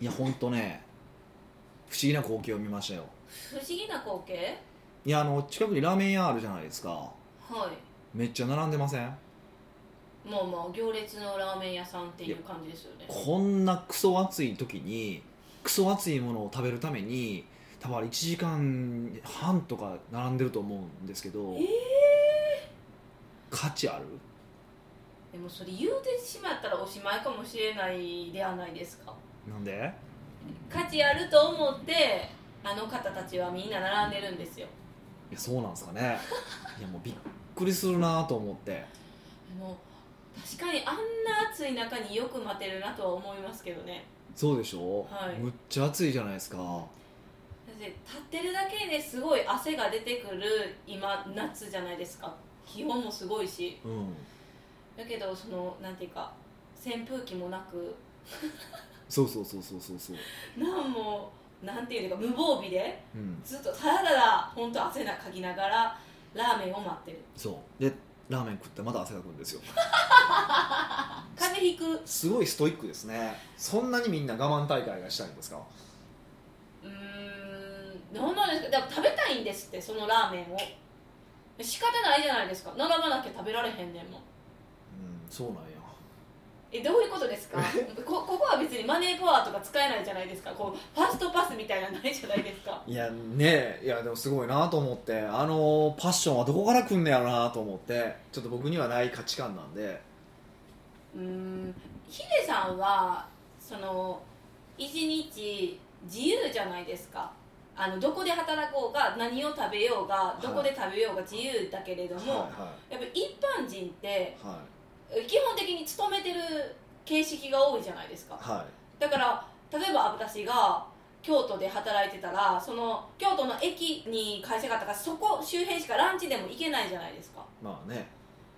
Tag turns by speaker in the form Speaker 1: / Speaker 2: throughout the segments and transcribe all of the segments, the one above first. Speaker 1: いやほんとね不思議な光景を見ましたよ
Speaker 2: 不思議な光景
Speaker 1: いやあの近くにラーメン屋あるじゃないですか
Speaker 2: は
Speaker 1: めっちゃ並んでません
Speaker 2: いまあまあ行列のラーメン屋さんっていう感じですよね
Speaker 1: こんなクソ暑い時にクソ暑いものを食べるために多分あれ1時間半とか並んでると思うんですけど、
Speaker 2: え
Speaker 1: 価値ある
Speaker 2: でもそれ言うてしまったらおしまいかもしれないではないですか
Speaker 1: なんで
Speaker 2: 価値あると思ってあの方たちはみんな並んでるんですよ
Speaker 1: いやそうなんですかねいやもうびっくりするなと思って
Speaker 2: もう確かにあんな暑い中によく待てるなとは思いますけどね
Speaker 1: そうでしょ、
Speaker 2: はい
Speaker 1: むっちゃ暑いじゃないですか
Speaker 2: だって立ってるだけですごい汗が出てくる今夏じゃないですか気温もすごいし
Speaker 1: うん
Speaker 2: だけどそのなんていうか扇風機もなく
Speaker 1: そうそうそうそうそうそう
Speaker 2: なんもなんていうのか無防備で
Speaker 1: うん
Speaker 2: ずっとただただ本当汗なかきながらラーメンを待ってる
Speaker 1: そうでラーメン食ってまた汗かくんですよ
Speaker 2: 風邪ひく
Speaker 1: すごいストイックですねそんなにみんな我慢大会がしたいんですか
Speaker 2: うーんどうなんですかだから食べたいんですってそのラーメンを仕方ないじゃないですか並ばなきゃ食べられへんねんもん
Speaker 1: うんそうなんや
Speaker 2: えどういうこと ですかこここは別にマネーパワーとか使えないじゃないですかこうファーストパスみたいなのないじゃないですか
Speaker 1: いやねえいやでもすごいなと思ってあのパッションはどこから来んねやろなと思ってちょっと僕にはない価値観なんで
Speaker 2: うーんヒデさんはその一日自由じゃないですかあのどこで働こうが何を食べようがどこで食べようが自由だけれども、
Speaker 1: は
Speaker 2: やっぱ一般人って
Speaker 1: いはい
Speaker 2: 基本的に勤めてる形式が多いじゃないですか
Speaker 1: はいは
Speaker 2: だから例えば私が京都で働いてたらその京都の駅に会社があったからそこ周辺しかランチでも行けないじゃないですか
Speaker 1: いまあね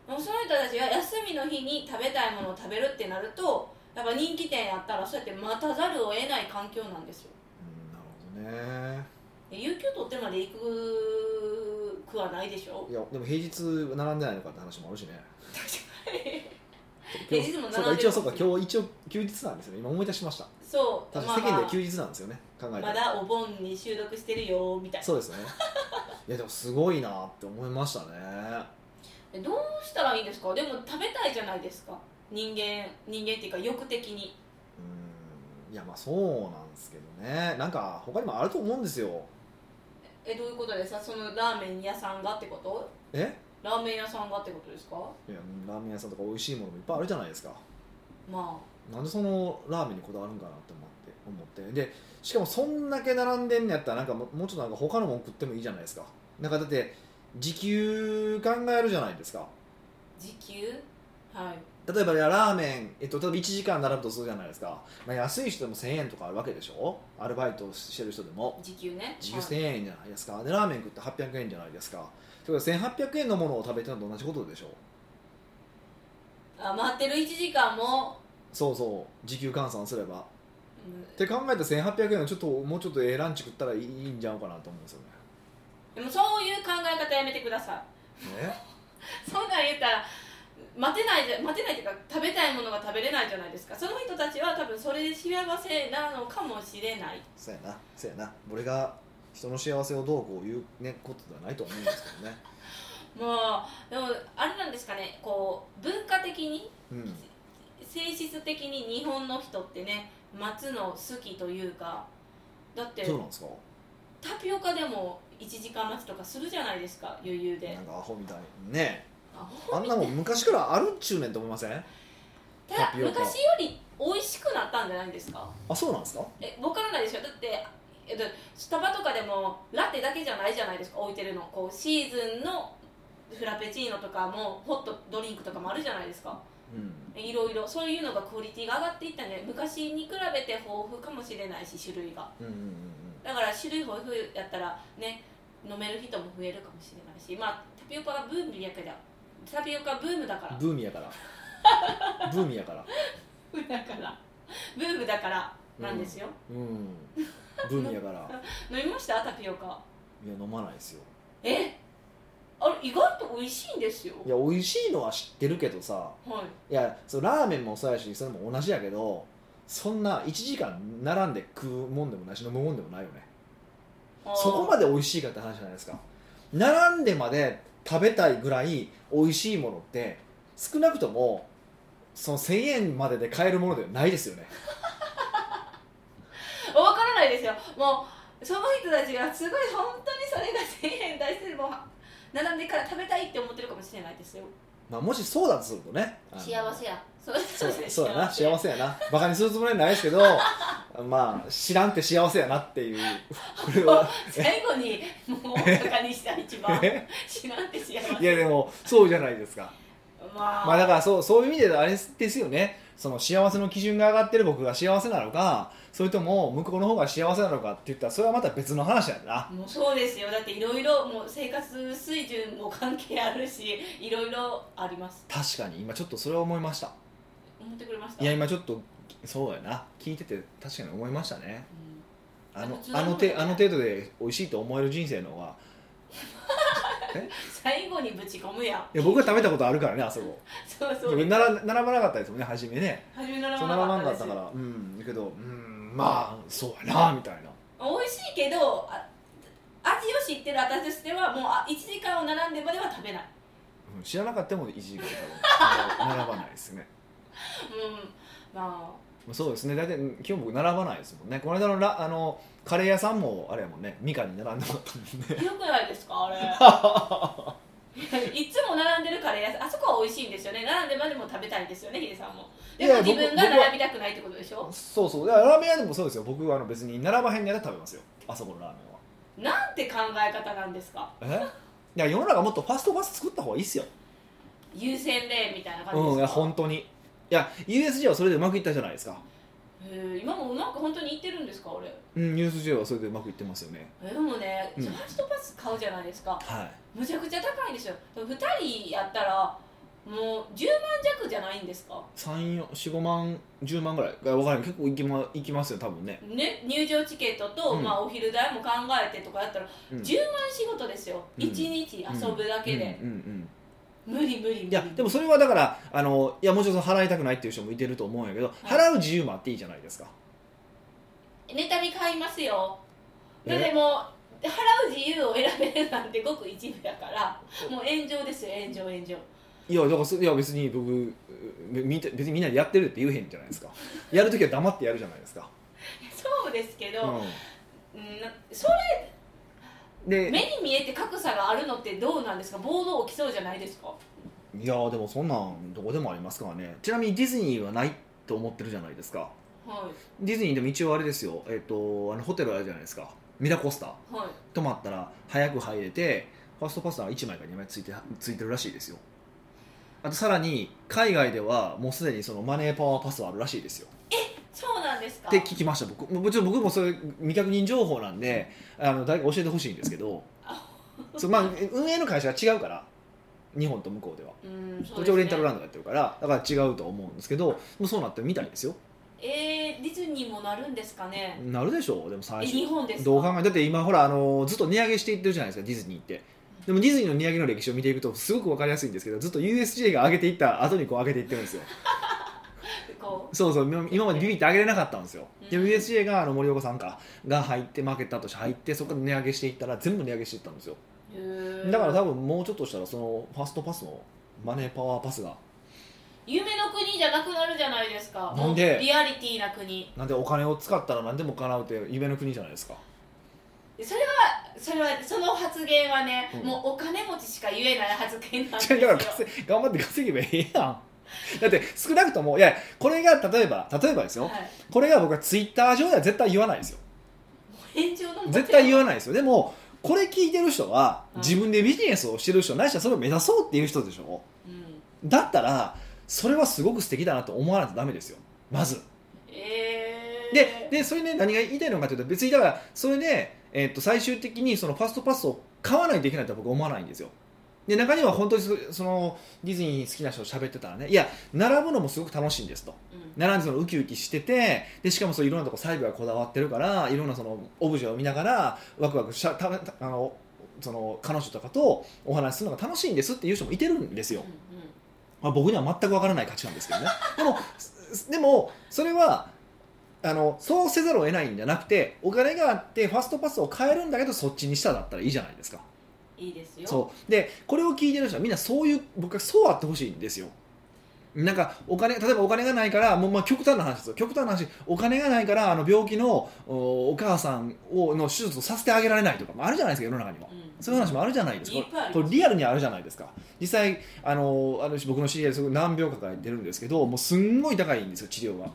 Speaker 2: でもその人たちが休みの日に食べたいものを食べるってなるとやっぱ人気店やったらそうやって待たざるを得ない環境なんですよ
Speaker 1: うんなるほどね
Speaker 2: で有給取ってまで行くくはないでしょ
Speaker 1: いやでも平日並んでないのかって話もあるしね
Speaker 2: 平日も並んでる
Speaker 1: そうか一応そうか今日一応休日なんですよね今思い出しました
Speaker 2: そう
Speaker 1: 確
Speaker 2: ま
Speaker 1: か
Speaker 2: あ
Speaker 1: 世間で
Speaker 2: ま
Speaker 1: は休日なんですよね考えた
Speaker 2: あ
Speaker 1: ら
Speaker 2: まだお盆に収録してるよみたいな
Speaker 1: そうですねいやでもすごいなって思いましたね
Speaker 2: えどうしたらいいんですかでも食べたいじゃないですか人間人間っていうか欲的に
Speaker 1: うんいやまあそうなんですけどねなんか他にもあると思うんですよ
Speaker 2: えどういうことですかそのラーメン屋さんがってこと
Speaker 1: え
Speaker 2: ラーメン屋さんがってことですか
Speaker 1: いやラーメン屋さんとか美味しいものもいっぱいあるじゃないですか
Speaker 2: ま
Speaker 1: なんでそのラーメンにこだわるんかなって思って思ってでしかもそんだけ並んでんのやったらなんかももうちょっとなんか他のもん食ってもいいじゃないですかなんかだって時給考えるじゃないですか
Speaker 2: あ時給はい
Speaker 1: 例えばいやラーメン、えっと、例えば1時間並ぶとするじゃないですか、まあ、安い人でも1000円とかあるわけでしょアルバイトしてる人でも
Speaker 2: 時給ね
Speaker 1: 時給1000円じゃないですかでラーメン食って800円じゃないですかってことは1800円のものを食べてるのと同じことでしょ
Speaker 2: はいあ待ってる1時間も、
Speaker 1: そうそう時給換算すれば
Speaker 2: うん
Speaker 1: って考えたら1800円はちょっともうちょっとええランチ食ったらいいんちゃうかなと思うんですよ
Speaker 2: でもそういう考え方やめてください
Speaker 1: ねね
Speaker 2: そんなん言ったら待てないじゃ待てないっていうか食べたいものが食べれないじゃないですかその人たちは多分それで幸せなのかもしれない
Speaker 1: そうやなそうやな俺が人の幸せをどうこう言う、ね、ことではないと思うんですけどね
Speaker 2: まあでもあれなんですかねこう文化的に
Speaker 1: うん
Speaker 2: 性質的に日本の人ってね待つの好きというかだって
Speaker 1: そうなんですか
Speaker 2: タピオカでも1時間待ちとかするじゃないですか余裕で
Speaker 1: なんかアホみたいにね
Speaker 2: あほん
Speaker 1: あんなもん昔からあるっちゅうねんと思いませんタ
Speaker 2: た
Speaker 1: ピオカ
Speaker 2: 昔より美味しくなったんじゃないですか
Speaker 1: あそうなんですか
Speaker 2: え分からないでしょだってえっとスタバとかでもラテだけじゃないじゃないですか置いてるのこうシーズンのフラペチーノとかもホットドリンクとかもあるじゃないですか
Speaker 1: うん
Speaker 2: いろいろそういうのがクオリティが上がっていったね昔に比べて豊富かもしれないし種類が
Speaker 1: うんうんうんうん
Speaker 2: だから種類豊富やったらね飲める人も増えるかもしれないしまあタピオカがブームやけどタピオカブームだから
Speaker 1: ブーミーやから ブーミーやから
Speaker 2: ブームだからブームだからなんですよ、
Speaker 1: うんブーミーやから
Speaker 2: 飲みましたタピオカ
Speaker 1: いや飲まないですよ
Speaker 2: えあれ意外と美味しいんですよ
Speaker 1: いや美味しいのは知ってるけどさ
Speaker 2: はい
Speaker 1: いやそうラーメンもそうやしそれも同じやけどそんな1時間並んで食うもんでもないし飲むもんでもないよね
Speaker 2: あー
Speaker 1: そこまで美味しいかって話じゃないですか並んでまで食べたいぐらい美味しいものって少なくともその1000円までで買えるものではないですよね
Speaker 2: わからないですよもうその人たちがすごい本当にそれが1000円出してもう並んでから食べたいって思ってるかもしれないですよ
Speaker 1: まあもしそうだとするとねあの
Speaker 2: 幸せやそうで
Speaker 1: そう
Speaker 2: すね
Speaker 1: そうやな幸せやなバカにするつもりはないです けどまあ知らんって幸せやなって いうこれは
Speaker 2: 最後にもうバカにした 一番知らんって幸
Speaker 1: い
Speaker 2: せ
Speaker 1: やでもそうじゃないですか
Speaker 2: まあ、
Speaker 1: まあだからそうそういう意味であれですよねその幸せの基準が上がってる僕が幸せなのかそれとも向こうの方が幸せなのかって言ったらそれはまた別の話やな
Speaker 2: もうそうですよだっていろいろもう生活水準も関係あるしいろいろあります
Speaker 1: 確かに今ちょっとそれは思いました
Speaker 2: 思ってくれました
Speaker 1: いや今ちょっとそうやな聞いてて確かに思いましたね
Speaker 2: うん
Speaker 1: あの
Speaker 2: 普通の
Speaker 1: あの
Speaker 2: も
Speaker 1: て
Speaker 2: の
Speaker 1: あの程度で美味しいと思える人生の方が
Speaker 2: 最後にぶち込むやん
Speaker 1: いや僕は食べたことあるからねあそこ
Speaker 2: そうそう
Speaker 1: 並ば並ばなかったですもんね初めね
Speaker 2: 初め並
Speaker 1: そう
Speaker 2: ばな
Speaker 1: 並ばな
Speaker 2: か
Speaker 1: かっ
Speaker 2: っ
Speaker 1: た
Speaker 2: た
Speaker 1: から
Speaker 2: です
Speaker 1: うんだけどうんまあそうやなみたいな
Speaker 2: 美味しいけどあ味を知ってる私としてはもうあ1時間を並んでまでは食べない
Speaker 1: うん知らなかったもん1時間多分並ばないですね
Speaker 2: うんま
Speaker 1: そうですね大体うん今日僕並ばないですもんねこの間のラあのカレー屋さんもあれやもんねみかんに並んでもらったもんね
Speaker 2: あよくないですかあ れいつも並んでるカレー屋さんあそこは美味しいんですよね並んでまでも食べたいんですよねヒデさんもで
Speaker 1: い
Speaker 2: も
Speaker 1: や
Speaker 2: 自分が
Speaker 1: 僕僕は
Speaker 2: 並びたくないってことでしょ
Speaker 1: そうそうだからラーメン屋でもそうですよ僕はあの別に並ばへんやら食べますよあそこのラー
Speaker 2: なんて考え方なんですか
Speaker 1: メンはえいや世の中もっとファストパス作った方がいいっすよ
Speaker 2: 優先例みたいな感じで
Speaker 1: う
Speaker 2: す
Speaker 1: んい
Speaker 2: か
Speaker 1: や本当にいや USJ はそれでうまくいったじゃないですか
Speaker 2: へえ今もなんか本当に言ってるんですか俺
Speaker 1: うん USJ はそれでうまくいってますよね
Speaker 2: えでもね、
Speaker 1: うん
Speaker 2: ファストパス買うじゃないですか
Speaker 1: はい
Speaker 2: むちゃくちゃ高いんですよ2人やったらもう10万弱じゃないんですか
Speaker 1: 345万10万ぐらいが分からない結構いき,、ま、いきますよ多分ね、
Speaker 2: ね、入場チケットと、
Speaker 1: うん
Speaker 2: まあ、お昼代も考えてとかやったら、
Speaker 1: うん、
Speaker 2: 10万仕事ですよ、
Speaker 1: うん
Speaker 2: 1日遊ぶだけで、
Speaker 1: うんうんうん
Speaker 2: 無理無理無理
Speaker 1: いやでもそれはだからあのいやもちろん払いたくないっていう人もいてると思うんやけど、払う自由もあっていいじゃないですか
Speaker 2: ネタに買いますよ
Speaker 1: え
Speaker 2: だってもう払う自由を選べるなんてごく一部だからもう炎上ですよ炎上炎 上
Speaker 1: いやだからそいや別に僕うみ別にみんなでやってるって言えへんじゃないです かやるときは黙ってやるじゃないですか、
Speaker 2: そうですけど、
Speaker 1: う
Speaker 2: うんなそれ
Speaker 1: ん、で
Speaker 2: 目に見えて格差があるのってどうなんですか暴動起きそうじゃないですか
Speaker 1: いやでもそんなんどこでもありますからねちなみにディズニーはないと思ってるじゃないですか
Speaker 2: は
Speaker 1: ディズニーでも一応あれですよ、えっとあのホテルあるじゃないですかミラコスタ
Speaker 2: いはい
Speaker 1: 泊まったら早く入れてファーストパスタが1枚か2枚ついてついてるらしいですよあとさらに海外ではもうすでにそのマネーパワーパスはあるらしいですよ
Speaker 2: そうなんですか
Speaker 1: って聞きました僕もうちょっと僕もそれ未確認情報なんであの誰か教えてほしいんですけど
Speaker 2: あ
Speaker 1: そう、まあ、運営の会社が違うから日本と向こうでは
Speaker 2: うんそう
Speaker 1: こっち
Speaker 2: です
Speaker 1: は
Speaker 2: ね
Speaker 1: レンタルランドがやってるからだから違うと思うんですけどもうそうなってるみたいですよ
Speaker 2: えー、ディズニーもなるんですかね
Speaker 1: なるでしょうでも
Speaker 2: え
Speaker 1: 最初
Speaker 2: 日本ですか
Speaker 1: どう考えだって今ほらあのずっと値上げしていってるじゃないですかディズニーってでもディズニーの値上げの歴史を見ていくとすごくわかりやすいんですけどずっと USJ が上げていった後にこう上げていってるんですよ
Speaker 2: こ
Speaker 1: そうそう今今までビビって上げれなかったんですよでも
Speaker 2: うん
Speaker 1: USJ があの森岡さんかが入ってマーケッターとして入ってそこから値上げしていったら全部値上げしていったんですよ
Speaker 2: うへー
Speaker 1: だから多分もうちょっとしたらそのファストパスのマネーパワーパスが
Speaker 2: 夢の国じゃなくなるじゃないですか
Speaker 1: なんで
Speaker 2: もうリアリティな国
Speaker 1: なんでお金を使ったら何でも叶うって夢の国じゃないですか
Speaker 2: それはそれはその発言はね、
Speaker 1: うん
Speaker 2: もうお金持ちしか言えない発言なんです
Speaker 1: じゃ
Speaker 2: よ
Speaker 1: あだから稼い頑張って稼げばいいやんだって少なくともいやこれが例えば例えばですよ、
Speaker 2: はい、
Speaker 1: これが僕はツイッター上では絶対言わないですよ
Speaker 2: 炎上の
Speaker 1: 絶対言わ
Speaker 2: ない
Speaker 1: ないですよでもこれ聞いてる人は
Speaker 2: うん
Speaker 1: 自分でビジネスをしてる人ないしはそれを目指そうっていう人でしょ
Speaker 2: うん、
Speaker 1: だったらそれはすごく素敵だなと思わないとダメですよまず
Speaker 2: えー、
Speaker 1: ででそれね何が言いたいのかというと別にだからそれで、えっと最終的にそのファストパスを買わないといけないとは僕は思わないんですよで中には本当にそそのディズニー好きな人と喋ってたらねいや並ぶのもすごく楽しいんですと
Speaker 2: うん
Speaker 1: 並んでそのウキウキしててでしかもそういろんなとこ細部がこだわってるからいろんなそのオブジェを見ながらワクワクしたたたあのその彼女とかとお話しするのが楽しいんですっていう人もいてるんですよ、
Speaker 2: うんうん
Speaker 1: まあ、僕には全くわからない価値なんですけどねでもすでもそれはあのそうせざるを得ないんじゃなくてお金があってファストパスを変えるんだけどそっちにしただったらいいじゃないですか
Speaker 2: いいですよ
Speaker 1: そうでこれを聞いてる人はみんなそういう僕はそうあってほしいんですよなんかお金例えばお金がないからもうまあ極端な話ですよ極端な話お金がないからあの病気のおお母さんをの手術をさせてあげられないとかもあるじゃないですか世の中にも
Speaker 2: うん
Speaker 1: そういう話もあるじゃないですか
Speaker 2: いっぱいあります
Speaker 1: これリアルにあるじゃないですか実際あのあの僕の知り合いですごい難病抱えてるんですけどもうすんごい高いんですよ治療が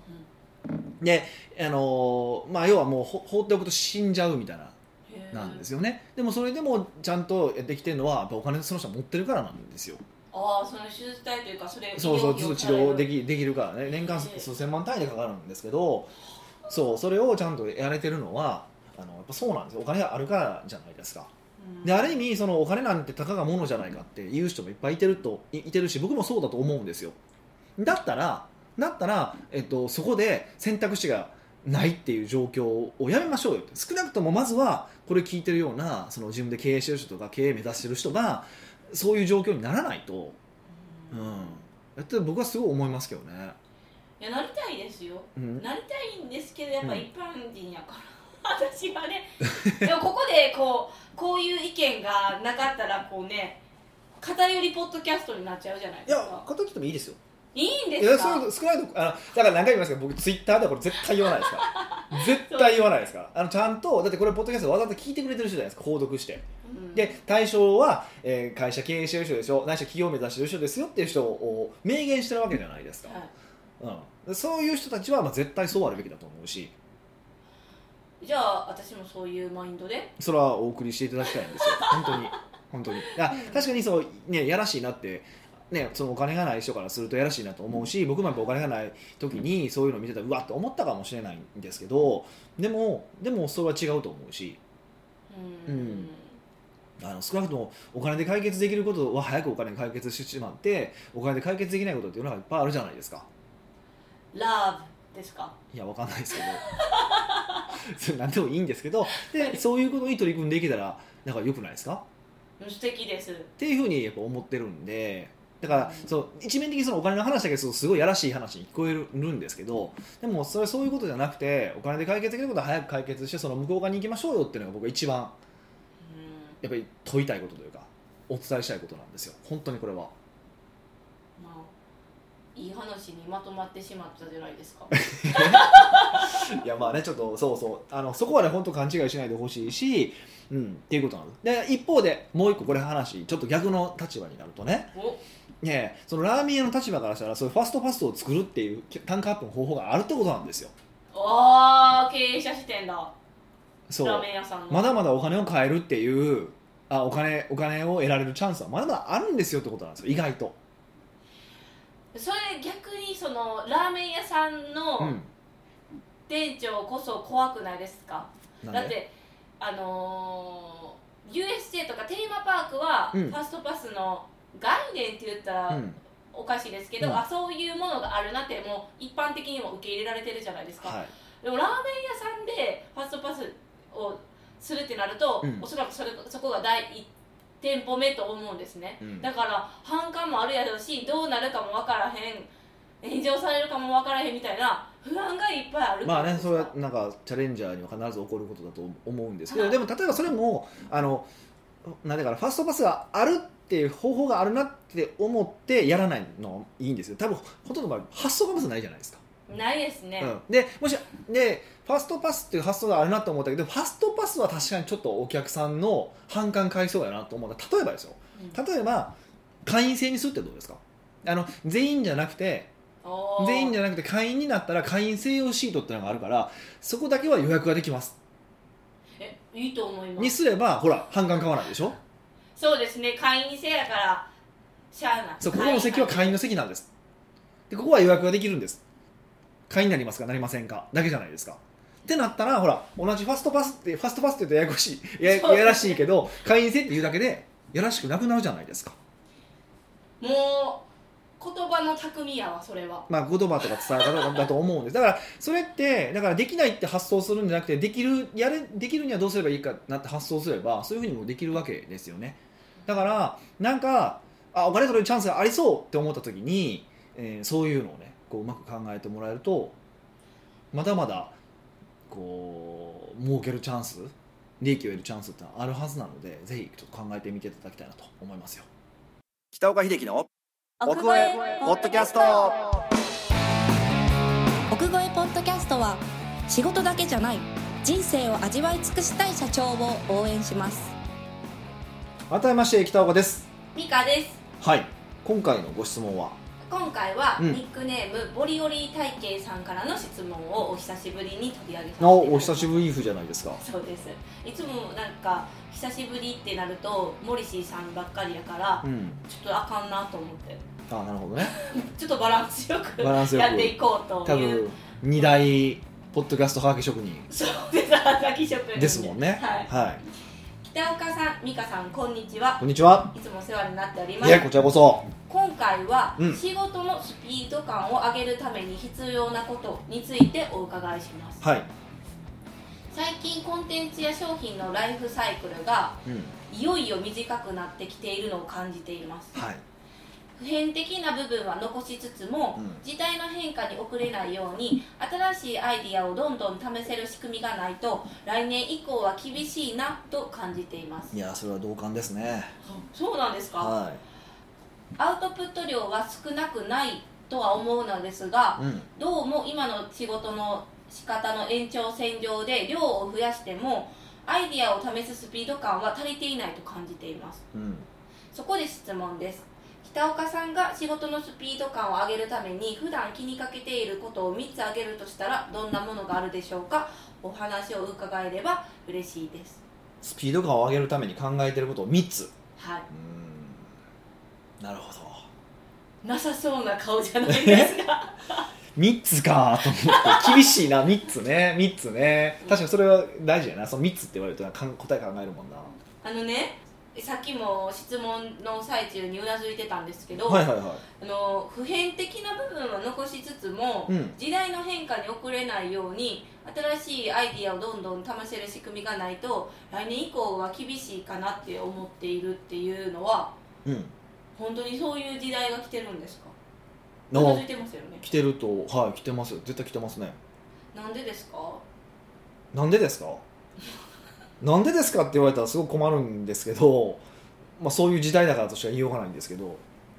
Speaker 1: であの、まあ、要はもうほ放っておくと死んじゃうみたいな
Speaker 2: うんへー
Speaker 1: なんですよねでもそれでもちゃんとできてるのはやっぱお金その人は持ってるからなんですよ
Speaker 2: ああその手術体というかそれ
Speaker 1: そうそうずっと治療で
Speaker 2: き
Speaker 1: きできるからね年間
Speaker 2: ええ
Speaker 1: 数千万単位でかかるんですけどそうそれをちゃんとやれてるのはあのやっぱそうなんですよお金があるからじゃないですかである意味そのお金なんてたかがものじゃないかって言う人もいっぱいいてるといいてるし僕もそうだと思うんですよだったらだったら、えっと、そこで選択肢がないっていう状況をやめましょうよって少なくともまずはこれ聞いてるようなその自分で経営してる人とか経営目指してる人がそういう状況にならないと、うん、やって僕はすごい思いますけどね、
Speaker 2: いやなりたいですよ
Speaker 1: うん、
Speaker 2: なりたいんですけどやっぱ
Speaker 1: うん
Speaker 2: 一般人やから、 私は ねでもここでこうこういう意見がなかったらこうね偏りポッドキャストになっちゃうじゃない
Speaker 1: い
Speaker 2: です
Speaker 1: や
Speaker 2: か
Speaker 1: 片ってもいいですよ
Speaker 2: いいんで
Speaker 1: いや
Speaker 2: す
Speaker 1: そ
Speaker 2: か
Speaker 1: う少ないとこあのだから何回も言いますけど僕ツイッターではこれ絶対言わないですから 絶対言わないですからあのちゃんとだってこれポッドキャストわざわざ聞いてくれてる人じゃないですか購読して
Speaker 2: うん
Speaker 1: で対象は、えー会社経営してる人でしょないしは企業を目指してる人ですよっていう人を明言してるわけじゃないですか、
Speaker 2: は
Speaker 1: うん、そういう人たちはまあ絶対そうあるべきだと思うし
Speaker 2: い、じゃあ私もそういうマインドで
Speaker 1: それはお送りしていただきたいんですよ 本当に本当にあ確かにそうねやらしいなってね、そのお金がない人からするとやらしいなと思うし僕もやっぱお金がない時にそういうのを見てたらうわっと思ったかもしれないんですけどでもでもそれは違うと思うし
Speaker 2: うん、
Speaker 1: うんあの少なくともお金で解決できることは早くお金で解決してしまってお金で解決できないことって世の中いっぱいあるじゃないですか
Speaker 2: ラブですか
Speaker 1: いやわかんないですけ どそれ何でもいいんですけどでそういうことに取り組んでいけたらなんか良くないですか
Speaker 2: うん素敵です
Speaker 1: っていうふうにやっぱ思ってるんでだからそう一面的にそのお金の話だけどすごいやらしい話に聞こえるんですけどでもそれはそういうことじゃなくてお金で解決できることは早く解決してその向こう側に行きましょうよっていうのが僕は一番
Speaker 2: うん
Speaker 1: やっぱり問いたいことというかお伝えしたいことなんですよ本当にこれは
Speaker 2: まあいい話にまとまってしまったじゃない ですか
Speaker 1: いやまあねちょっとそうそうあのそこはね本当勘違いしないでほしいし、うん、っていうことなんですで一方でもう一個これ話ちょっと逆の立場になるとね
Speaker 2: お
Speaker 1: ねえそのラーメン屋の立場からしたらそういうファストパストを作るっていう単価アップの方法があるってことなんですよ
Speaker 2: あー経営者視点だ
Speaker 1: そう
Speaker 2: ラーメン屋さんの
Speaker 1: まだまだお金を変えるっていうあお金お金を得られるチャンスはまだまだあるんですよってことなんですよ意外と、
Speaker 2: それ逆にそのラーメン屋さん
Speaker 1: う
Speaker 2: の
Speaker 1: ん、
Speaker 2: 店長こそ怖くないですか、
Speaker 1: なんで
Speaker 2: だってあのー USJ とかテーマパークは
Speaker 1: う
Speaker 2: フ
Speaker 1: ん
Speaker 2: ァストパスの概念って言った
Speaker 1: う
Speaker 2: ら
Speaker 1: ん、
Speaker 2: おかしいですけど、
Speaker 1: うん
Speaker 2: あそういうものがあるなってもう一般的にも受け入れられてるじゃないですか、
Speaker 1: はい
Speaker 2: でもラーメン屋さんでファストパスをするってなると、
Speaker 1: うん
Speaker 2: おそらくそれそこが第一店舗目と思うんですね
Speaker 1: うん
Speaker 2: だから反感もあるやろうしどうなるかも分からへん炎上されるかも分からへんみたいな不安がいっぱいある
Speaker 1: まあねそれは
Speaker 2: は
Speaker 1: なんかチャレンジャーには必ず起こることだと思うんですけど、
Speaker 2: はい
Speaker 1: でも例えばそれもあのなんだからファストパスがあるっていう方法があるなって思ってやらないのいいんですよ多分ほとんどの場合発想がまずないじゃないですか
Speaker 2: ないですね、
Speaker 1: うん、でもしでファストパスっていう発想があるなと思ったけどファストパスは確かにちょっとお客さんの反感買いそうやなと思った例えばですよ
Speaker 2: うん
Speaker 1: 例えば会員制にするってどうですかあの全員じゃなくて
Speaker 2: おー
Speaker 1: 全員じゃなくて会員になったら会員専用シートってのがあるからそこだけは予約ができます
Speaker 2: えいいと思いま
Speaker 1: に
Speaker 2: す
Speaker 1: すればほら反感買わないでしょ
Speaker 2: そうですね会員制やからしゃあない
Speaker 1: そうここの席は会員の席なんですでここは予約ができるんです会員になりますかなりませんかだけじゃないですかってなったらほら同じファストパスってファストパスって言うとややこしいや
Speaker 2: そう
Speaker 1: やらしいけど会員制って言うだけでやらしくなくなるじゃないですか、
Speaker 2: もう言葉の巧みやわそれは
Speaker 1: まあ、言葉とか伝え方だと思うんですだからそれってだからできないって発想するんじゃなくてできるやれできるにはどうすればいいかなって発想すればそういうふうにもできるわけですよねだからなんかあお金取れるチャンスがありそうって思った時に、えーそういうのをねこううまく考えてもらえるとまだまだこう儲けるチャンス利益を得るチャンスってのはあるはずなのでぜひちょっと考えてみていただきたいなと思いますよ北岡秀樹の奥越えポッドキャスト
Speaker 3: 奥越えポッドキャストは仕事だけじゃない人生を味わい尽くしたい社長を応援します
Speaker 1: 改めまして北岡です
Speaker 2: ミカです
Speaker 1: はい今回のご質問は
Speaker 2: 今回は
Speaker 1: うん
Speaker 2: ニックネーム、ボリオリ体型さんからの質問をお久しぶりに取り上げさせていただきます
Speaker 1: おお久しぶりじゃないですか
Speaker 2: そうですいつもなんか久しぶりってなるとモリシーさんばっかりやから
Speaker 1: うん
Speaker 2: ちょっとあかんなと思って
Speaker 1: あなるほどね
Speaker 2: ちょっとバランスよく
Speaker 1: バランスよく
Speaker 2: やっていこうと
Speaker 1: 多
Speaker 2: いう
Speaker 1: 分二大ポッドキャストはがき職人
Speaker 2: そうですはがき職人
Speaker 1: ですもんね
Speaker 2: はい、
Speaker 1: はい
Speaker 2: 北岡さん美香さんこんにちは
Speaker 1: こんにちはい
Speaker 2: つもお世話になっておりま
Speaker 1: いやこ
Speaker 2: す
Speaker 1: ちらこそ
Speaker 2: 今回は
Speaker 1: うん
Speaker 2: 仕事のスピード感を上げるために必要なことについてお伺いします
Speaker 1: はい、
Speaker 2: 最近コンテンツや商品のライフサイクルが
Speaker 1: うん、
Speaker 2: いよいよ短くなってきているのを感じています
Speaker 1: はい、
Speaker 2: 普遍的な部分は残しつつも、
Speaker 1: うん
Speaker 2: 時代の変化に遅れないように新しいアイディアをどんどん試せる仕組みがないと来年以降は厳しいなと感じています
Speaker 1: いやそれは同感ですね
Speaker 2: そうなんですか、
Speaker 1: は
Speaker 2: アウトプット量は少なくないとは思うのですが
Speaker 1: い、うん、
Speaker 2: どうも今の仕事の仕方の延長線上で量を増やしてもアイディアを試すスピード感は足りていないと感じています
Speaker 1: うん、
Speaker 2: そこで質問です北岡さんが仕事のスピード感を上げるために普段気にかけていることを3つ挙げるとしたらどんなものがあるでしょうかお話を伺えれば嬉しいです
Speaker 1: スピード感を上げるために考えてることを3つ
Speaker 2: は
Speaker 1: うんなるほど
Speaker 2: いなさそうな顔じゃないですか
Speaker 1: 3つかと思って厳しいな3つね3つね確かにそれは大事やなその3つって言われるとなんか答え考えるもんな
Speaker 2: あのねさっきも質問の最中にうなずいてたんですけど、
Speaker 1: はいはいは
Speaker 2: あの普遍的な部分は残しつつも、
Speaker 1: いうん
Speaker 2: 時代の変化に遅れないように新しいアイディアをどんどん試せる仕組みがないと来年以降は厳しいかなって思っているっていうのは
Speaker 1: うん
Speaker 2: 本当にそういう時代が来てるんですか続い
Speaker 1: の
Speaker 2: てますよね
Speaker 1: 来てるとはい来てますよ絶対来てますね
Speaker 2: なんでですか
Speaker 1: なんでですかなんでですかって言われたらすごく困るんですけど、まあ、そういう時代だからとしか言いようがないんですけど、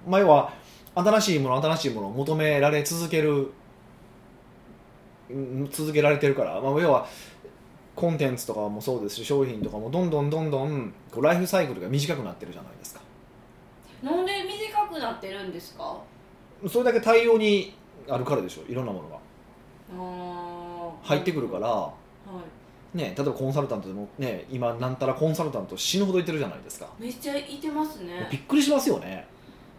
Speaker 1: まあ、要は新しいもの新しいものを求められ続けるうん続けられてるから、まあ、要はコンテンツとかもそうですし商品とかもどんどんどんどんこうライフサイクルが短くなってるじゃないですか
Speaker 2: なんで短くなってるんですか、
Speaker 1: それだけ大量にあるからでしょいろんなものが入ってくるからら、
Speaker 2: は
Speaker 1: ね、例えばコンサルタントでも、ね、今なんたらコンサルタント死ぬほどいてるじゃないですか
Speaker 2: い、めっちゃいてますね
Speaker 1: びっくりしますよね、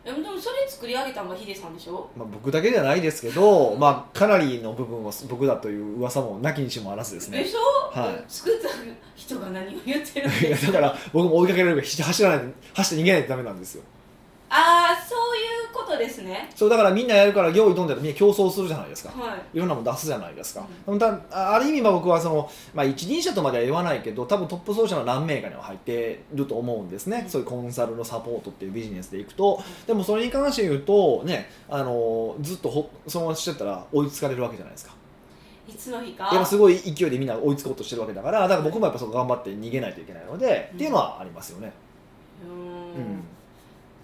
Speaker 2: えでもそれ作り上げたのがヒデさんでしょ
Speaker 1: まあ、僕だけじゃないですけど、まあ、かなりの部分は僕だという噂もなきにしもあらずですね
Speaker 2: しょ、
Speaker 1: はい
Speaker 2: 作った人が何を言ってるん
Speaker 1: い
Speaker 2: で
Speaker 1: や
Speaker 2: す
Speaker 1: だ
Speaker 2: か
Speaker 1: から僕も追いかけられるから走らない走って逃げないとダメなんですよ
Speaker 2: ああそういうことですね
Speaker 1: そうだからみんなやるから用意どんだらみんな競争するじゃないですか
Speaker 2: はい
Speaker 1: いろんなもの出すじゃないですか、だある意味まあ僕はその、まあ、一輪車とまでは言わないけど多分トップ奏者の何名かには入ってると思うんですね、
Speaker 2: うん
Speaker 1: そういうコンサルのサポートっていうビジネスでいくとでもそれに関して言うとねあのずっとほそのまましてたら追いつかれるわけじゃないですか
Speaker 2: いつの日か
Speaker 1: やっぱすごい勢いでみんな追いつこうとしてるわけだからだから僕もやっぱそこ頑張って逃げないといけないので、
Speaker 2: う
Speaker 1: っ
Speaker 2: ん
Speaker 1: ていうのはありますよね、
Speaker 2: うーん
Speaker 1: うん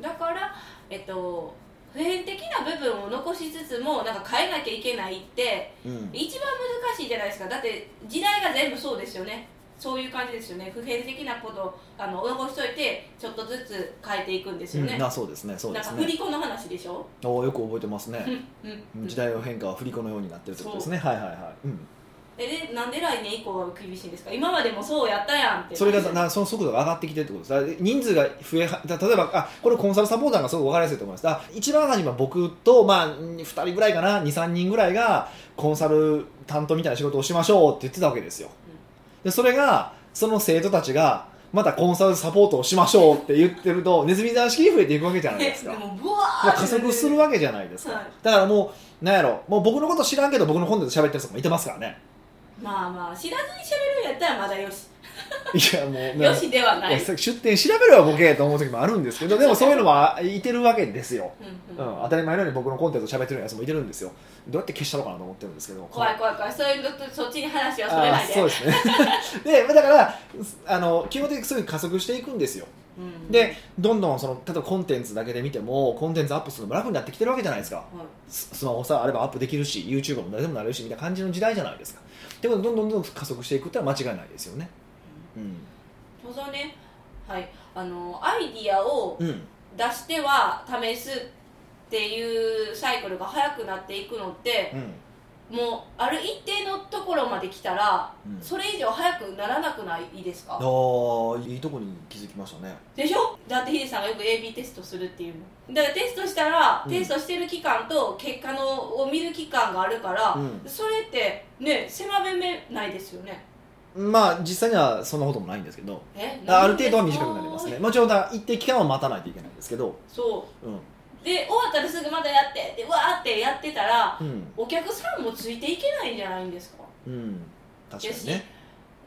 Speaker 2: だからえっと普遍的な部分を残しつつもなんか変えなきゃいけないって
Speaker 1: うん
Speaker 2: 一番難しいじゃないですかだって時代が全部そうですよねそういう感じですよね普遍的なことあの残しといてちょっとずつ変えていくんですよね、
Speaker 1: うんあそうですねそう
Speaker 2: な
Speaker 1: で
Speaker 2: んか
Speaker 1: す
Speaker 2: 振
Speaker 1: ね
Speaker 2: り子の話でしょ、
Speaker 1: およく覚えてます
Speaker 2: う
Speaker 1: ね
Speaker 2: んうん
Speaker 1: 時代の変化は振り子のようになってるってことですねはいはいはい、うん
Speaker 2: えでなんで来年以降は厳しいんですか今までもそうやったやんって
Speaker 1: それがなその速度が上がってきてるってことですだから人数が増えはだ例えばあこれコンサルサポーターがすごく分かりやすいと思いますあ一番初めは僕と、まあ、ん2人ぐらいかな23人ぐらいがコンサル担当みたいな仕事をしましょうって言ってたわけですよ、でそれがその生徒たちがまたコンサルサポートをしましょうって言ってるとネズミ座敷に増えていくわけじゃない
Speaker 2: え
Speaker 1: です
Speaker 2: で
Speaker 1: か
Speaker 2: もブワ
Speaker 1: ま
Speaker 2: ー
Speaker 1: あ加速する
Speaker 2: わ
Speaker 1: わけじゃないですか、
Speaker 2: はい
Speaker 1: だからもうなんやろもう僕のこと知らんけど僕の本で喋ってる人もいてますからね
Speaker 2: まあまあ知らずに喋るんやったらまだよし
Speaker 1: いやもう
Speaker 2: よしではない
Speaker 1: や
Speaker 2: い、
Speaker 1: さ出店調べればボケと思う時もあるんですけどでもそういうのはいてるわけですよ、
Speaker 2: う
Speaker 1: うんん、
Speaker 2: うん
Speaker 1: 当たり前のように僕のコンテンツを喋ってるやつもいてるんですよどうやって消したのかなと思ってるんですけど
Speaker 2: 怖い怖い怖いそういうのとそっちに話はそれ
Speaker 1: あ
Speaker 2: ない
Speaker 1: ー
Speaker 2: で
Speaker 1: そうですね でまあだからあの基本的にそういうふうに加速していくんですよ
Speaker 2: うん
Speaker 1: でどんどんその例えばコンテンツだけで見てもコンテンツアップするのも楽になってきてるわけじゃないですか
Speaker 2: はい
Speaker 1: ススマホさあればアップできるし YouTube も誰でもなれるしみたいな感じの時代じゃないですかってことでどんどんどんどん加速していくってのは間違いないですよねうん
Speaker 2: そうだねはいあのアイディアを
Speaker 1: うん
Speaker 2: 出しては試すっていうサイクルが早くなっていくのって
Speaker 1: う、ん
Speaker 2: もうある一定のところまで来たら、
Speaker 1: うん
Speaker 2: それ以上早くならなくないですか
Speaker 1: あーいいとこに気づきましたね
Speaker 2: でしょだってヒデさんがよく AB テストするっていうのだからテストしたら、
Speaker 1: うん
Speaker 2: テストしてる期間と結果のを見る期間があるから、
Speaker 1: うん
Speaker 2: それってね狭めめないですよね
Speaker 1: まあ実際にはそんなこともないんですけど
Speaker 2: え
Speaker 1: ある程度は短くなりますね
Speaker 2: なんで
Speaker 1: もちろんだから一定期間は待たないといけないんですけど
Speaker 2: すかそ
Speaker 1: うん
Speaker 2: うで終わったらすぐまたやってでわーってやってたら
Speaker 1: うん
Speaker 2: お客さんもついていけないんじゃないんですか
Speaker 1: うん確かにね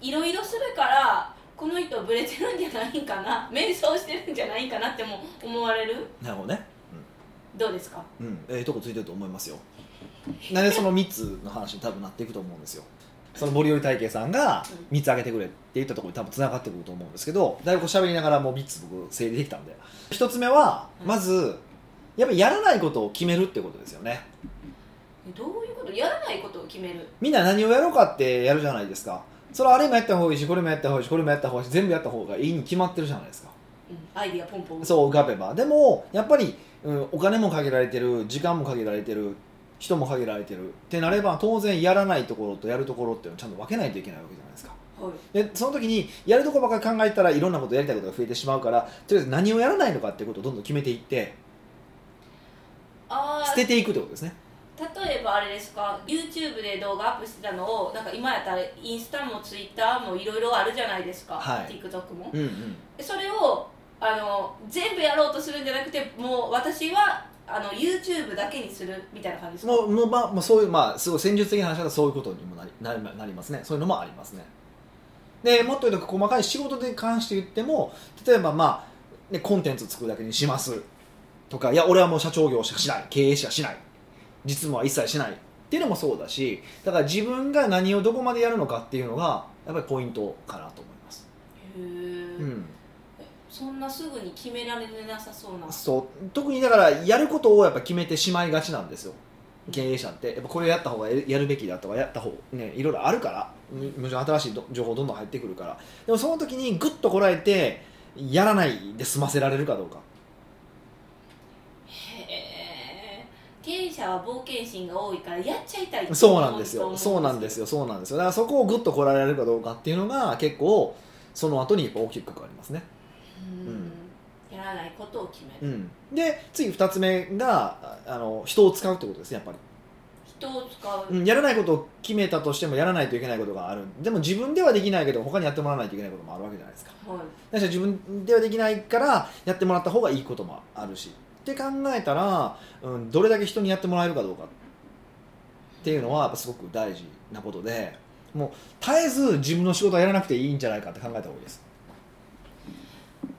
Speaker 2: いろいろするからこの人ブレてるんじゃないかな迷走してるんじゃないかなっても思われる
Speaker 1: なるほどね
Speaker 2: どうですか
Speaker 1: うん、ええとこついてると思いますよなんでその3つの話に多分なっていくと思うんですよそのボリオリ体系さんが3つあげてくれって言ったところに多分つながってくると思うんですけどだいぶこう喋りながらもう3つ僕整理できたんで1つ目はまずやっぱりやらないことを決めるってことですよね
Speaker 2: どういうことやらないことを決める
Speaker 1: みんな何をやろうかってやるじゃないですかそれはあれもやった方がいいしこれもやった方がいいしこれもやった方がいいし全部やった方がいいに決まってるじゃないですか
Speaker 2: うんアイディアポンポン
Speaker 1: そう浮かべばでもやっぱり、うん、お金も限られてる時間も限られてる人も限られてるってなれば当然やらないところとやるところっていうのをちゃんと分けないといけないわけじゃないですか
Speaker 2: はい
Speaker 1: でその時にやるところばっかり考えたらいろんなことやりたいことが増えてしまうからとりあえず何をやらないのかっていうことをどんどん決めていって
Speaker 2: あ
Speaker 1: 捨てていくってことですね
Speaker 2: ー例えばあれですか YouTube で動画アップしてたのをなんか今やったらインスタも Twitter もいろいろあるじゃないですか、
Speaker 1: はい
Speaker 2: TikTok も
Speaker 1: うんうん
Speaker 2: それをあの全部やろうとするんじゃなくてもう私はあの YouTube だけにするみたいな感じですか
Speaker 1: もうもうまあ、もうそういう、まあ、すごい戦術的な話だとそういうことにもなりなりなりますねそういうのもありますねでもっと言うと細かい仕事に関して言っても例えばまあ、ね、コンテンツ作るだけにしますとかいや俺はもう社長業しかしない経営しかしない実務は一切しないっていうのもそうだしだから自分が何をどこまでやるのかっていうのがやっぱりポイントかなと思います、
Speaker 2: へー
Speaker 1: うん、
Speaker 2: そんなすぐに決められなさそうな
Speaker 1: そう特にだからやることをやっぱ決めてしまいがちなんですよ経営者ってやっぱこれやった方がややるべきだとかやった方ねいろいろあるからむもちろん新しいど情報どんどん入ってくるからでもその時にグッとこらえてやらないで済ませられるかどうか
Speaker 2: へえ経営者は冒険心が多いからやっちゃいたいって
Speaker 1: そうなんです
Speaker 2: 思
Speaker 1: よ
Speaker 2: う
Speaker 1: そうなんですよそうなんですよだからそこをグッとこらえられるかどうかっていうのが結構その後にやっぱ大きく関わりますね
Speaker 2: うんやらないことを決め
Speaker 1: う
Speaker 2: る、
Speaker 1: んで次2つ目がああの人を使うってことですねやっぱり
Speaker 2: 人を使
Speaker 1: う
Speaker 2: う、
Speaker 1: んやらないことを決めたとしてもやらないといけないことがあるでも自分ではできないけど他にやってもらわないといけないこともあるわけじゃないですか
Speaker 2: はい
Speaker 1: だし自分ではできないからやってもらった方がいいこともあるしって考えたら、うん、どれだけ人にやってもらえるかどうかっていうのはやっぱすごく大事なことでもう絶えず自分の仕事はやらなくていいんじゃないかって考えた方がいいです、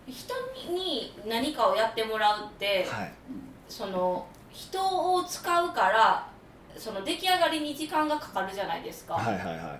Speaker 2: 人に何かをやってもらうって、
Speaker 1: はい、
Speaker 2: その人を使うからその出来上がりに時間がかかるじゃないですか、
Speaker 1: はいはいは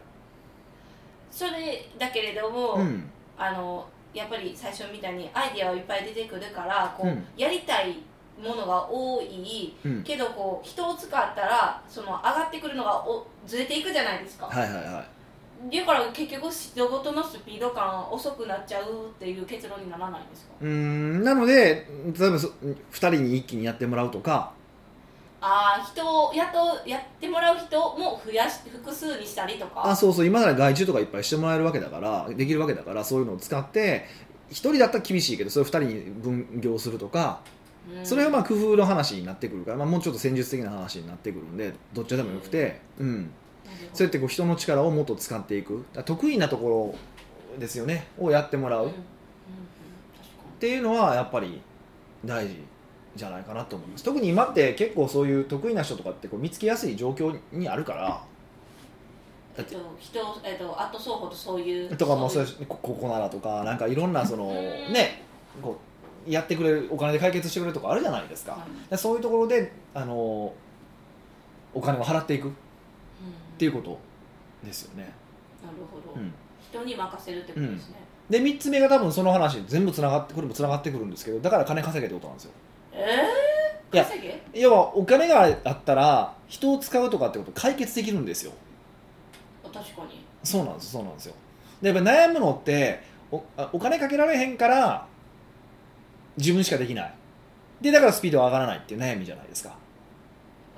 Speaker 2: それだけれども、
Speaker 1: いうん
Speaker 2: あのやっぱり最初みたいにアイディアはいっぱい出てくるからこ
Speaker 1: う
Speaker 2: う、
Speaker 1: ん
Speaker 2: やりたいものが多い
Speaker 1: うん
Speaker 2: けどこう人を使ったらその上がってくるのがおずれていくじゃないですか、
Speaker 1: はいはいはい
Speaker 2: だから結局仕事のスピード感は遅くなっちゃうっていう結論にならないんですか
Speaker 1: うーんなので例えばそ2人に一気にやってもらうとか
Speaker 2: ああ人を雇うやってもらう人も増やし複数にしたりとか
Speaker 1: あそうそう今なら外注とかいっぱいしてもらえるわけだからできるわけだからそういうのを使って1人だったら厳しいけどそれを2人に分業するとか
Speaker 2: うん
Speaker 1: それはまあ工夫の話になってくるから、まあ、もうちょっと戦術的な話になってくるんでどっちでもよくて、うん、
Speaker 2: なるほど
Speaker 1: そうやってこう人の力をもっと使っていくだから得意なところですよねをやってもらう
Speaker 2: うん
Speaker 1: っ
Speaker 2: うんうん確か
Speaker 1: ていうのはやっぱり大事じゃないかなと思います特に今って結構そういう得意な人とかってこう見つけやすい状況にあるから
Speaker 2: え
Speaker 1: だ
Speaker 2: っ
Speaker 1: って
Speaker 2: と、人、えっと、アット双方とそういう。
Speaker 1: とかもそう
Speaker 2: い
Speaker 1: やしこここならとかなんかいろんなその
Speaker 2: うん
Speaker 1: ねこうやってくれるお金で解決してくれるとかあるじゃないですか、でそういうところであのお金を払っていくっ
Speaker 2: って
Speaker 1: いう
Speaker 2: こ
Speaker 1: ことですよね、
Speaker 2: と。なるほど、
Speaker 1: うん、
Speaker 2: 人に任せるってことですね。
Speaker 1: で3つ目が多分その話全部つながってこれもつながってくるんですけどだから金稼げってことなんですよ
Speaker 2: ええ
Speaker 1: いや
Speaker 2: 稼げ。
Speaker 1: 要はお金があったら人を使うとかってこと解決できるんですよ
Speaker 2: あ確かに。
Speaker 1: そうなんですそうなんですよでやっぱ悩むのっておあお金かけられへんから自分しかできないでだからスピードが上がらないっていう悩みじゃないですか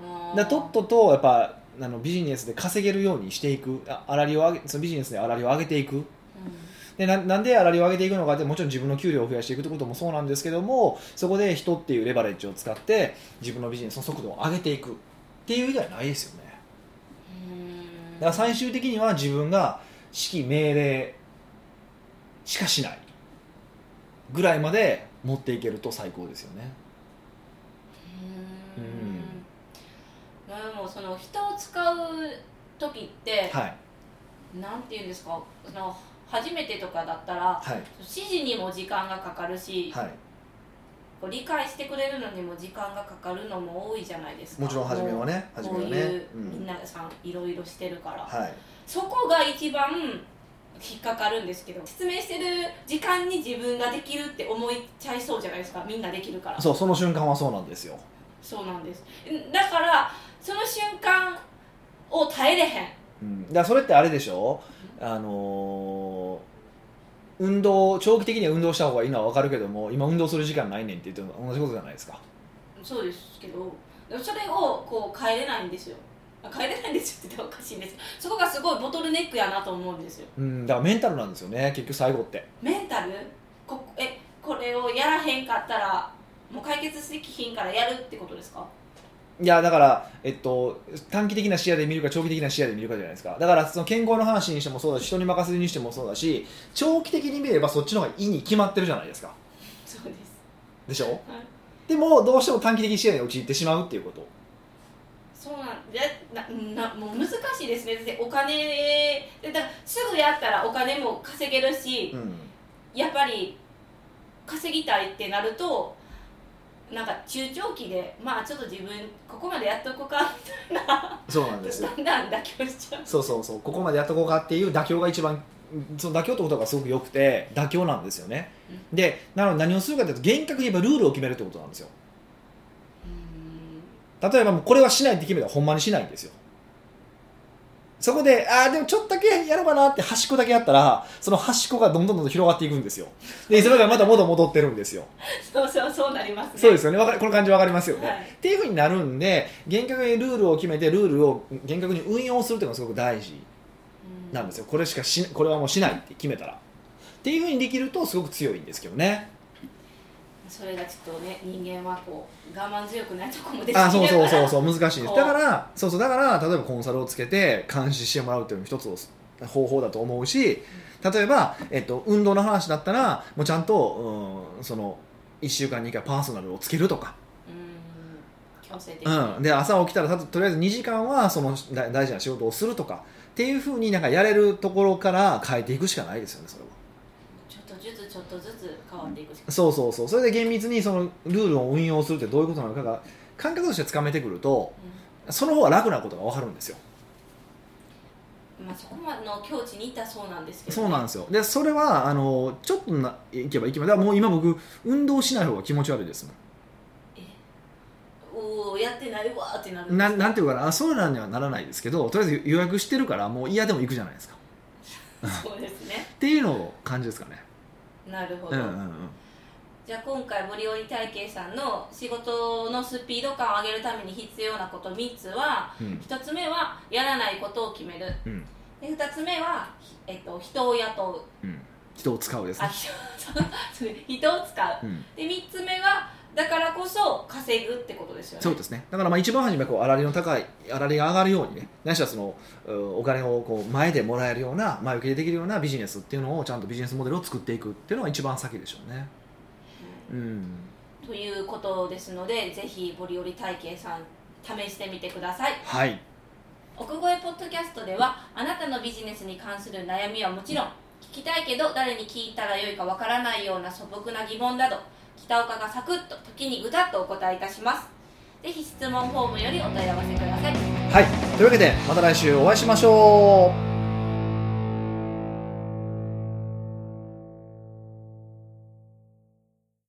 Speaker 2: あ
Speaker 1: だ
Speaker 2: ー
Speaker 1: からとっととやっぱあのビジネスで稼げるようにしていくあ粗利を上げそのビジネスで粗利を上げていく
Speaker 2: う
Speaker 1: でななんで粗利を上げていくのかってもちろん自分の給料を増やしていくってこともそうなんですけどもそこで人っていうレバレッジを使って自分のビジネスの速度を上げていくっていう以外ないですよねだ
Speaker 2: ん。
Speaker 1: から最終的には自分が指揮命令しかしないぐらいまで持っていけると最高ですよね
Speaker 2: うーん。でも、その人を使う時って、
Speaker 1: はい
Speaker 2: なんていうんですか、その初めてとかだったら。
Speaker 1: はい
Speaker 2: 指示にも時間がかかるし、
Speaker 1: はい
Speaker 2: こう理解してくれるのにも時間がかかるのも多いじゃないですか
Speaker 1: もちろん初めはね初
Speaker 2: こう
Speaker 1: めは
Speaker 2: いう
Speaker 1: ね
Speaker 2: みんなさんいろいろしてるから、
Speaker 1: はい
Speaker 2: そこが一番引っかかるんですけど説明してる時間に自分ができるって思いちゃいそうじゃないですかみんなできるから
Speaker 1: そうその瞬間はそうなんですよ
Speaker 2: そうなんですだからその瞬間を耐えれへん
Speaker 1: うん、だからそれってあれでしょ、あのー運動長期的には運動した方がいいのは分かるけども今運動する時間ないねんって言っても同じことじゃないですか
Speaker 2: そうですけどでもそれをこう変えれないんですよあ変えれないんですよって言ったらおかしいんですそこがすごいボトルネックやなと思うんですよ
Speaker 1: うんだからメンタルなんですよね結局最後って
Speaker 2: メンタルこえこれをやらへんかったらもう解決できひんからやるってことですか
Speaker 1: いやだから、えっと、短期的な視野で見るか長期的な視野で見るかじゃないですかだからその健康の話にしてもそうだし人に任せるにしてもそうだし長期的に見ればそっちの方がいいに決まってるじゃないですか
Speaker 2: そうです
Speaker 1: でしょでもどうしても短期的視野に陥ってしまうっていうこと
Speaker 2: そうなんでななもう難しいですねでお金でだからすぐやったらお金も稼げるし
Speaker 1: う、ん
Speaker 2: やっぱり稼ぎたいってなるとなんか中長期でまあちょっと自分ここまでやっとこうか
Speaker 1: そうなんですよ
Speaker 2: だんだん妥協しちゃう
Speaker 1: そうそうそうここまでやっとこうかっていう妥協が一番その妥協ってことがすごく良くて妥協なんですよねでなので何をするかというと厳格に言えばルールを決めるってことなんですよ例えばもうこれはしないって決めたらほんまにしないんですよそこでああでもちょっとだけやろうかなって端っこだけやったらその端っこがどんどんどんどん広がっていくんですよでそれがまた元戻ってるんですよ
Speaker 2: そうそうそうなりますね
Speaker 1: そうですよねわかるこの感じわかりますよね、
Speaker 2: はい
Speaker 1: っていうふうになるんで厳格にルールを決めてルールを厳格に運用するっていうのがすごく大事
Speaker 2: うん
Speaker 1: なんですよこれしかしこれはもうしないって決めたらっていうふうにできるとすごく強いんですけどね
Speaker 2: それがちょっとね人間はこう我慢強くないとこも出てきてる
Speaker 1: あそうそうそう
Speaker 2: う
Speaker 1: そう難しいです
Speaker 2: こ
Speaker 1: だ
Speaker 2: う
Speaker 1: からそうそうだから例えばコンサルをつけて監視してもらうっていうのも一つの方法だと思うし例えば、えっと、運動の話だったらもうちゃんと、うん、その1週間に1回パーソナルをつけるとか、
Speaker 2: うん強制的に、
Speaker 1: うん、で朝起きたらたととりあえず2時間はそのだ大事な仕事をするとかっていうふうになんかやれるところから変えていくしかないですよねそれは。
Speaker 2: ちょっとずつちょっとずつ変わっていくしか
Speaker 1: そうそうそうそれで厳密にそのルールを運用するってどういうことなのかが感覚としてつかめてくるとその方が楽なことが分かるんですよ
Speaker 2: うんまあ、そこまでの境地にいたそうなんですけど
Speaker 1: そうなんですよでそれはあのちょっとないけばいけばだからもう今僕運動しない方が気持ち悪いですも
Speaker 2: おおやってないわーってなる
Speaker 1: んななんていうかなあそうなんにはならないですけどとりあえず予約してるからもう嫌でも行くじゃないですか
Speaker 2: そうですね
Speaker 1: っていうのを感じですかね
Speaker 2: なるほ
Speaker 1: う
Speaker 2: ど、
Speaker 1: んうんうん
Speaker 2: じゃあ今回森織体系さんの仕事のスピード感を上げるために必要なこと3つは
Speaker 1: うん
Speaker 2: 1つ目はやらないことを決める
Speaker 1: うん
Speaker 2: で2つ目は、ひえっと、人を雇う
Speaker 1: うん人を使うです
Speaker 2: あ
Speaker 1: ね
Speaker 2: 人そう人を使
Speaker 1: うん
Speaker 2: うで3つ目はだからこそ稼ぐってことですよね
Speaker 1: そうですねだからまあ一番初めこう粗利の高い粗利が上がるようにね何しろそのうお金をこう前でもらえるような前受けでできるようなビジネスっていうのをちゃんとビジネスモデルを作っていくっていうのが一番先でしょうねうん
Speaker 2: ということですのでぜひボリオリ体系さん試してみてください
Speaker 1: はい
Speaker 2: 奥越えポッドキャストではあなたのビジネスに関する悩みはもちろん聞きたいけど誰に聞いたらよいかわからないような素朴な疑問など北岡がサクッと時にぐたっとお答えいたしますぜひ質問フォームよりお問い合わせください
Speaker 1: はいというわけでまた来週お会いしましょう